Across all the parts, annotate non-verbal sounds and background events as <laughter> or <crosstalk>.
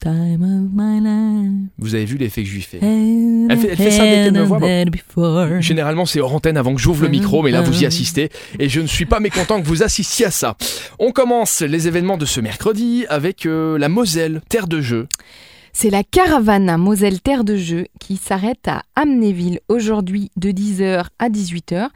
time of my life. Vous avez vu l'effet que je lui fais. Elle fait- elle fait ça dès qu'elle me voit, moi. Before. Généralement, c'est hors antenne avant que j'ouvre le micro, mais là, vous y assistez. Et je ne suis pas mécontent que vous assistiez à ça. On commence les événements de ce mercredi avec euh, la Moselle, terre de jeu. C'est la caravane à Moselle Terre de Jeu qui s'arrête à Amnéville aujourd'hui de 10h à 18h.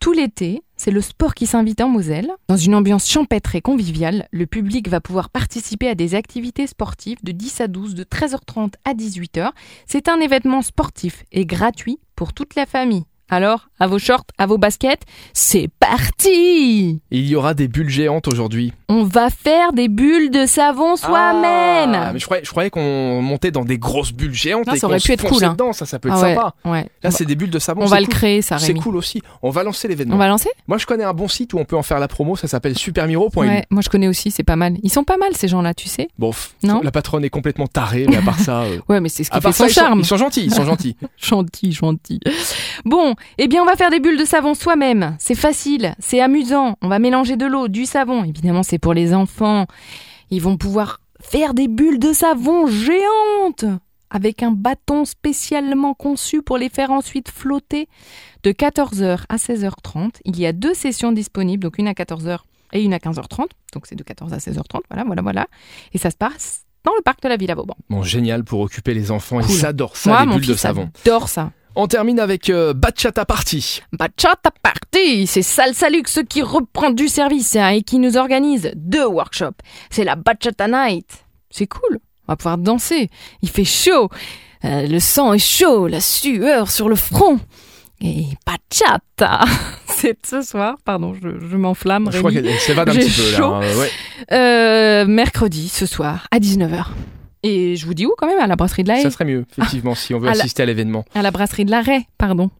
Tout l'été, c'est le sport qui s'invite en Moselle. Dans une ambiance champêtre et conviviale, le public va pouvoir participer à des activités sportives de 10 à 12, de 13h30 à 18h. C'est un événement sportif et gratuit pour toute la famille. Alors, à vos shorts, à vos baskets, c'est parti Il y aura des bulles géantes aujourd'hui. On va faire des bulles de savon soi-même Ah, mais je croyais, je croyais qu'on montait dans des grosses bulles géantes Non, et ça qu'on aurait se pu être fonçait cool, hein. dedans, ça, ça peut être Ah ouais, sympa. ouais. Là, c'est des bulles de savon. On c'est va cool. le créer, ça, C'est Rémi. cool aussi. On va lancer l'événement. On va lancer Moi, je connais un bon site où on peut en faire la promo. Ça s'appelle supermiro.lu. Ouais, moi je connais aussi, c'est pas mal. Ils sont pas mal ces gens-là, tu sais. Bon, pff, Non. la patronne est complètement tarée, mais à part ça, euh, Ouais, mais c'est <laughs> ce qui à fait part son ça, ils sont- charme. ils sont gentils. Ils sont gentils. Gentil, gentil. Bon, eh bien on va faire des bulles de savon soi-même. C'est facile, c'est amusant. On va mélanger de l'eau, du savon. Évidemment, c'est pour les enfants. Ils vont pouvoir faire des bulles de savon géantes avec un bâton spécialement conçu pour les faire ensuite flotter de 14h à 16h30. Il y a deux sessions disponibles, donc une à 14h et une à 15h30. Donc c'est de 14h à 16h30. Voilà, voilà, voilà. Et ça se passe dans le parc de la Villa Vauban. Bon, génial pour occuper les enfants. Cool. Ils adorent ça, Moi, les mon bulles de fils savon. adore ça. On termine avec euh, Bachata Party. Bachata Party, c'est Salsa Luxe qui reprend du service hein, et qui nous organise deux workshops. C'est la Bachata Night. C'est cool, on va pouvoir danser. Il fait chaud, Euh, le sang est chaud, la sueur sur le front. Et Bachata, <laughs> c'est ce soir, pardon, je, je m'enflamme. Je crois Rémi. qu'elle s'évade un Bah J'ai petit peu chaud. là. hein, ouais. Euh, mercredi, ce soir, à 19h. Et je vous dis où quand même, à la brasserie de la Haye. Ça serait mieux, effectivement, si on veut À la- assister à l'événement. À la brasserie de l'arrêt, pardon.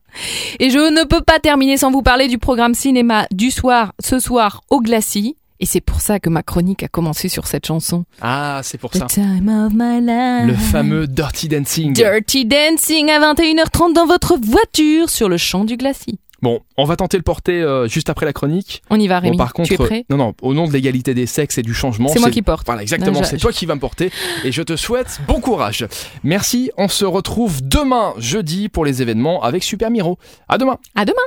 Et je ne peux pas terminer sans vous parler du programme cinéma du soir, ce soir, au Glacis. Et c'est pour ça que ma chronique a commencé sur cette chanson. Ah, c'est pour ça. The time of my life. Le fameux Dirty Dancing. Dirty Dancing à 21h30 dans votre voiture sur le champ du Glacis. Bon, on va tenter le porter euh, juste après la chronique. On y va, Bon, Rémi. par contre, tu es prêt non, non, au nom de l'égalité des sexes et du changement, C'est moi qui porte. Voilà, exactement, Non, je- c'est toi qui vas me porter et je te souhaite bon courage. Merci, on se retrouve demain jeudi pour les événements avec Super Miro. À demain. À demain.